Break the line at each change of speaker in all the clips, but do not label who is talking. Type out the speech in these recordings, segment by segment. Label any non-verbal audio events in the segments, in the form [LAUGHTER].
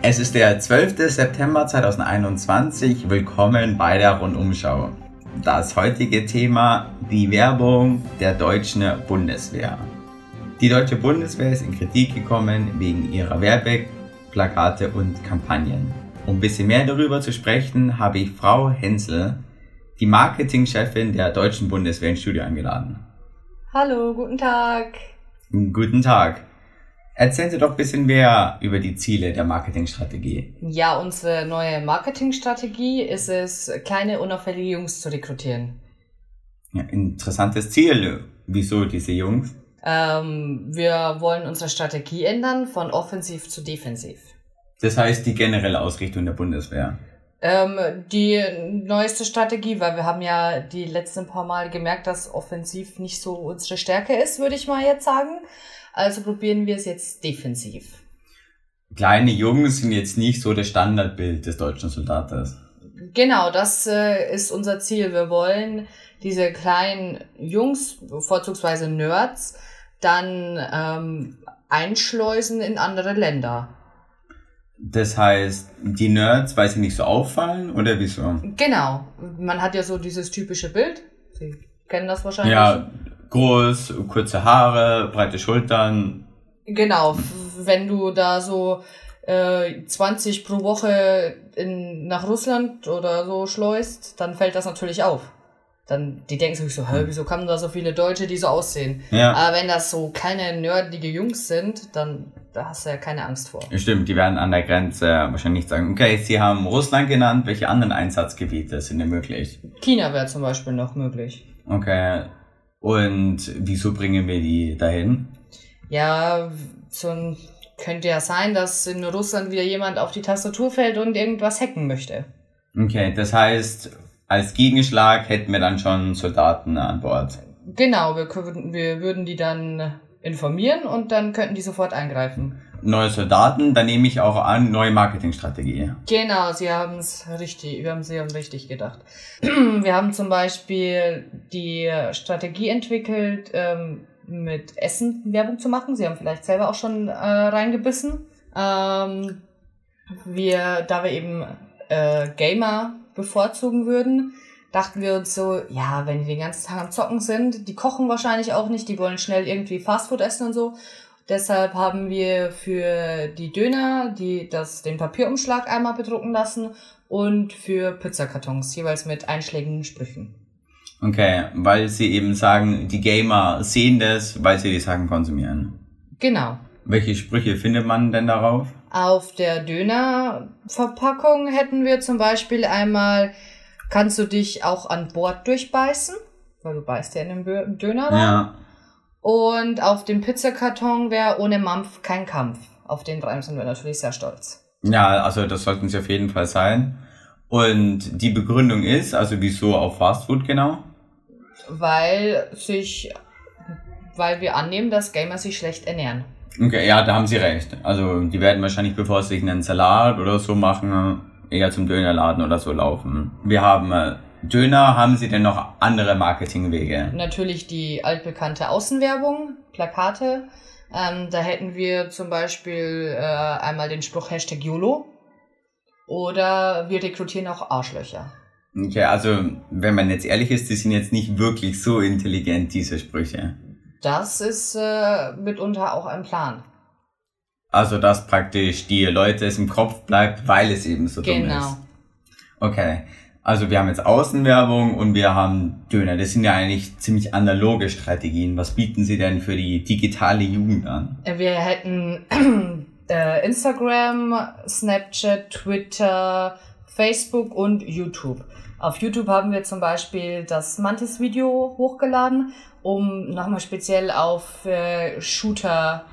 Es ist der 12. September 2021. Willkommen bei der Rundumschau. Das heutige Thema die Werbung der deutschen Bundeswehr. Die deutsche Bundeswehr ist in Kritik gekommen wegen ihrer Werbeplakate und Kampagnen. Um ein bisschen mehr darüber zu sprechen, habe ich Frau Hensel, die Marketingchefin der deutschen Bundeswehr ins Studio eingeladen.
Hallo, guten Tag.
Guten Tag. Erzählen Sie doch ein bisschen mehr über die Ziele der Marketingstrategie.
Ja, unsere neue Marketingstrategie ist es, kleine, unauffällige Jungs zu rekrutieren.
Ja, interessantes Ziel. Wieso diese Jungs?
Ähm, wir wollen unsere Strategie ändern von offensiv zu defensiv.
Das heißt die generelle Ausrichtung der Bundeswehr.
Ähm, die neueste Strategie, weil wir haben ja die letzten paar Mal gemerkt, dass offensiv nicht so unsere Stärke ist, würde ich mal jetzt sagen. Also probieren wir es jetzt defensiv.
Kleine Jungs sind jetzt nicht so das Standardbild des deutschen Soldates.
Genau, das äh, ist unser Ziel. Wir wollen diese kleinen Jungs, vorzugsweise Nerds, dann ähm, einschleusen in andere Länder.
Das heißt, die Nerds, weil sie nicht so auffallen oder wieso?
Genau, man hat ja so dieses typische Bild. Sie kennen das wahrscheinlich.
Ja, groß, kurze Haare, breite Schultern.
Genau, f- wenn du da so äh, 20 pro Woche in, nach Russland oder so schleust, dann fällt das natürlich auf. Dann, die denken sich so, hä, wieso kamen da so viele Deutsche, die so aussehen?
Ja.
Aber wenn das so keine nerdige Jungs sind, dann da hast du ja keine Angst vor.
Stimmt, die werden an der Grenze wahrscheinlich sagen, okay, sie haben Russland genannt, welche anderen Einsatzgebiete sind denn möglich?
China wäre zum Beispiel noch möglich.
Okay. Und wieso bringen wir die dahin?
Ja, so ein, könnte ja sein, dass in Russland wieder jemand auf die Tastatur fällt und irgendwas hacken möchte.
Okay, das heißt, als Gegenschlag hätten wir dann schon Soldaten an Bord.
Genau, wir, könnten- wir würden die dann informieren und dann könnten die sofort eingreifen.
Neue Soldaten, dann nehme ich auch an, neue Marketingstrategie.
Genau, sie haben es richtig, wir haben sie haben richtig gedacht. [CLEARS THROAT] Wir haben zum Beispiel die Strategie entwickelt, ähm, mit Essen Werbung zu machen. Sie haben vielleicht selber auch schon äh, reingebissen. Ähm, wir, da wir eben äh, Gamer bevorzugen würden, dachten wir uns so, ja, wenn die den ganzen Tag am Zocken sind, die kochen wahrscheinlich auch nicht, die wollen schnell irgendwie Fastfood essen und so. Deshalb haben wir für die Döner die, das, den Papierumschlag einmal bedrucken lassen und für Pizzakartons jeweils mit einschlägigen Sprüchen.
Okay, weil sie eben sagen, die Gamer sehen das, weil sie die Sachen konsumieren.
Genau.
Welche Sprüche findet man denn darauf?
Auf der Dönerverpackung hätten wir zum Beispiel einmal, kannst du dich auch an Bord durchbeißen? Weil du beißt ja in den Bö- Döner rein.
Ja.
Und auf dem Pizzakarton wäre ohne Mampf kein Kampf. Auf den Reim sind wir natürlich sehr stolz.
Ja, also das sollten sie auf jeden Fall sein. Und die Begründung ist, also wieso auf Fastfood genau?
Weil sich, weil wir annehmen, dass Gamer sich schlecht ernähren.
Okay, ja, da haben sie recht. Also die werden wahrscheinlich, bevor sie sich einen Salat oder so machen, eher zum Dönerladen oder so laufen. Wir haben äh, Döner, haben sie denn noch andere Marketingwege?
Natürlich die altbekannte Außenwerbung, Plakate. Ähm, da hätten wir zum Beispiel äh, einmal den Spruch Hashtag YOLO. Oder wir rekrutieren auch Arschlöcher.
Okay, also wenn man jetzt ehrlich ist, die sind jetzt nicht wirklich so intelligent, diese Sprüche.
Das ist äh, mitunter auch ein Plan.
Also dass praktisch die Leute es im Kopf bleibt, weil es eben so dumm ist.
genau.
Okay. Also wir haben jetzt Außenwerbung und wir haben Döner. Das sind ja eigentlich ziemlich analoge Strategien. Was bieten Sie denn für die digitale Jugend an?
Äh, Wir hätten [CLEARS THROAT] äh, Instagram, Snapchat, Twitter, Facebook und YouTube. Auf YouTube haben wir zum Beispiel das Mantis-Video hochgeladen, um nochmal speziell auf äh, Shooter,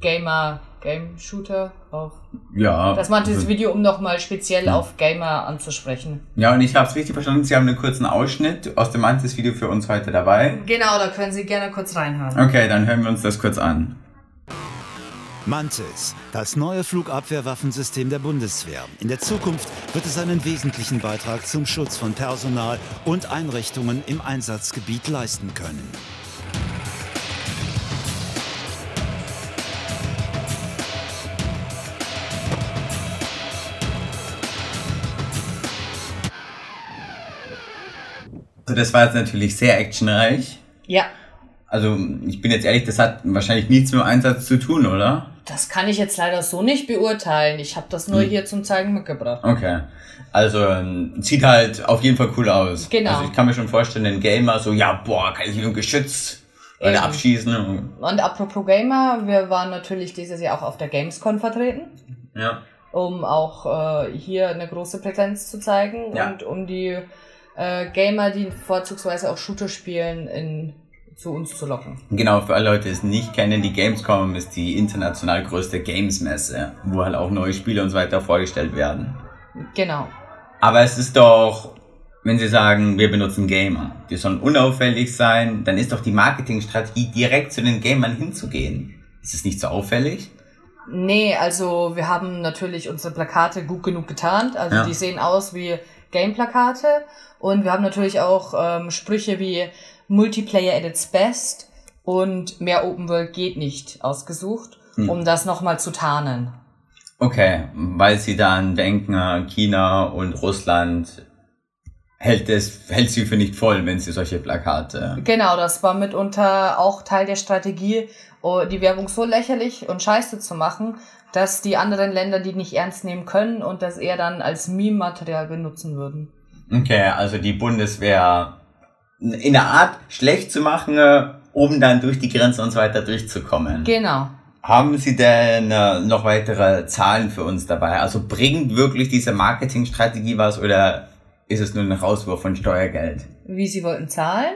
Gamer, Game Shooter, auf
Ja.
das Mantis-Video, um nochmal speziell
Ja.
auf Gamer anzusprechen.
Ja, und ich habe es richtig verstanden. Sie haben einen kurzen Ausschnitt aus dem Mantis-Video für uns heute dabei.
Genau, da können Sie gerne kurz reinhören.
Okay, dann hören wir uns das kurz an.
Mantis, das neue Flugabwehrwaffensystem der Bundeswehr. In der Zukunft wird es einen wesentlichen Beitrag zum Schutz von Personal und Einrichtungen im Einsatzgebiet leisten können.
So, Also, das war jetzt natürlich sehr actionreich.
Ja,
Also, ich bin jetzt ehrlich, das hat wahrscheinlich nichts mit dem Einsatz zu tun, oder?
das kann ich jetzt leider so nicht beurteilen. Ich habe das nur
Hm.
hier zum Zeigen mitgebracht.
Okay. Also, ähm, sieht halt auf jeden Fall cool aus.
Genau.
Also, ich kann mir schon vorstellen, den Gamer so, ja, boah, kann ich nur geschützt Leute
Eben.
abschießen. und-
Und apropos Gamer, wir waren natürlich dieses Jahr auch auf der Gamescon vertreten.
Ja.
um auch äh, hier eine große Präsenz zu zeigen
Ja.
und um die äh, Gamer, die vorzugsweise auch Shooter spielen, in, zu uns zu locken.
Genau, für alle Leute, die es nicht kennen, die Gamescom ist die international größte Games-Messe, wo halt auch neue Spiele und so weiter vorgestellt werden.
Genau.
Aber es ist doch, wenn sie sagen, wir benutzen Gamer, die sollen unauffällig sein, dann ist doch die Marketingstrategie, direkt zu den Gamern hinzugehen. Ist es nicht so auffällig?
Nee, also wir haben natürlich unsere Plakate gut genug getarnt. Also
Ja.
die sehen aus wie Game-Plakate. Und wir haben natürlich auch ähm, Sprüche wie Multiplayer at its best und mehr Open World geht nicht ausgesucht,
Hm.
um das nochmal zu tarnen.
Okay, weil sie dann denken, äh, China und Russland hält, es, hält sie für nicht voll, wenn sie solche Plakate.
Genau, das war mitunter auch Teil der Strategie, oh, die Werbung so lächerlich und scheiße zu machen, dass die anderen Länder die nicht ernst nehmen können und das eher dann als Meme-Material benutzen würden.
Okay, also die Bundeswehr in der Art schlecht zu machen, äh, um dann durch die Grenze und so weiter durchzukommen.
Genau.
Haben Sie denn äh, noch weitere Zahlen für uns dabei? Also bringt wirklich diese Marketingstrategie was oder ist es nur ein Rauswurf von Steuergeld?
Wie sie wollten zahlen?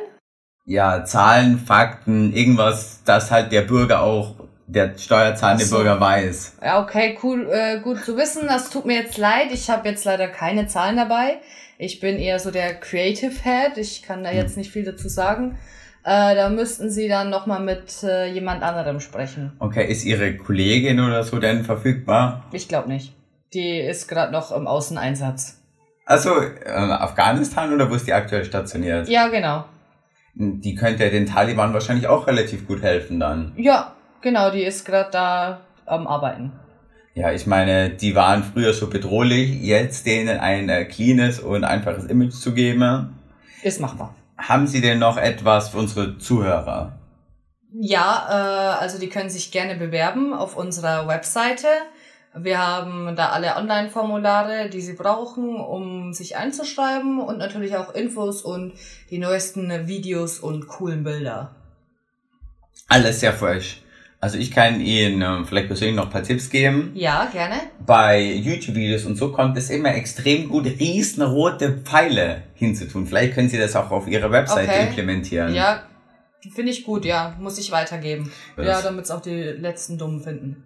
Ja, Zahlen, Fakten, irgendwas, das halt der Bürger auch, der steuerzahlende
Ach so.
Bürger weiß.
Ja, okay, cool, äh, gut zu wissen. Das tut mir jetzt leid. Ich habe jetzt leider keine Zahlen dabei. Ich bin eher so der Creative Head. Ich kann da jetzt nicht viel dazu sagen. Äh, da müssten Sie dann nochmal mit äh, jemand anderem sprechen.
Okay, ist Ihre Kollegin oder so denn verfügbar?
Ich glaube nicht. Die ist gerade noch im Außeneinsatz.
Also äh, Afghanistan oder wo ist die aktuell stationiert?
Ja, genau.
Die könnte ja den Taliban wahrscheinlich auch relativ gut helfen dann.
Ja, genau, die ist gerade da am Arbeiten.
Ja, ich meine, die waren früher so bedrohlich, jetzt denen ein äh, cleanes und einfaches Image zu geben.
Ist machbar.
Haben Sie denn noch etwas für unsere Zuhörer?
Ja, äh, also die können sich gerne bewerben auf unserer Webseite. Wir haben da alle Online-Formulare, die sie brauchen, um sich einzuschreiben und natürlich auch Infos und die neuesten Videos und coolen Bilder.
Alles sehr fresh. Also ich kann Ihnen ähm, vielleicht persönlich noch ein paar Tipps geben.
Ja, gerne.
Bei YouTube-Videos und so kommt es immer extrem gut, riesenrote Pfeile hinzutun. Vielleicht können Sie das auch auf Ihrer Webseite
Okay.
implementieren.
Ja, finde ich gut, ja. Muss ich weitergeben.
Das-
Ja, damit es auch die letzten Dummen finden.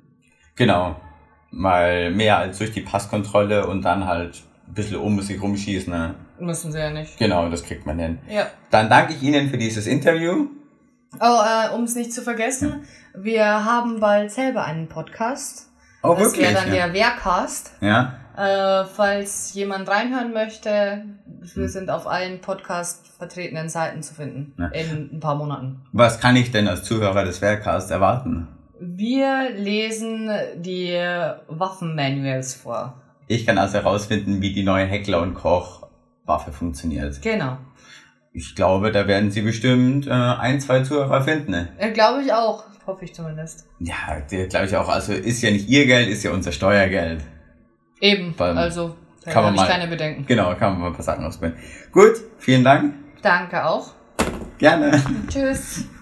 Genau. Mal mehr als durch die Passkontrolle und dann halt ein bisschen um sich rumschießen. Ne?
Müssen sie ja nicht.
Genau, das kriegt man hin.
Ja.
Dann danke ich Ihnen für dieses Interview.
Oh, äh, um es nicht zu vergessen, wir haben bald selber einen Podcast.
Oh,
das
wirklich?
wäre dann
ja.
der Wehrcast.
ja.
Äh, falls jemand reinhören möchte, wir sind auf allen Podcast vertretenen Seiten zu finden
Hm. Ja.
in ein paar Monaten.
Was kann ich denn als Zuhörer des Werkcasts erwarten?
Wir lesen die Waffenmanuals vor.
Ich kann also herausfinden, wie die neue Heckler und Koch Waffe funktioniert.
Genau.
Ich glaube, da werden Sie bestimmt äh, ein, zwei Zuhörer finden. ne?
Äh, Glaube ich auch. Hoffe ich zumindest.
Ja, der glaube ich auch. Also ist ja nicht Ihr Geld, ist ja unser Steuergeld.
Eben.
Beim-
also, da
kann man
habe ich
mal-
keine Bedenken.
Genau, kann man mal ein paar Sachen ausbilden. Gut, vielen Dank.
Danke auch.
Gerne.
Tschüss.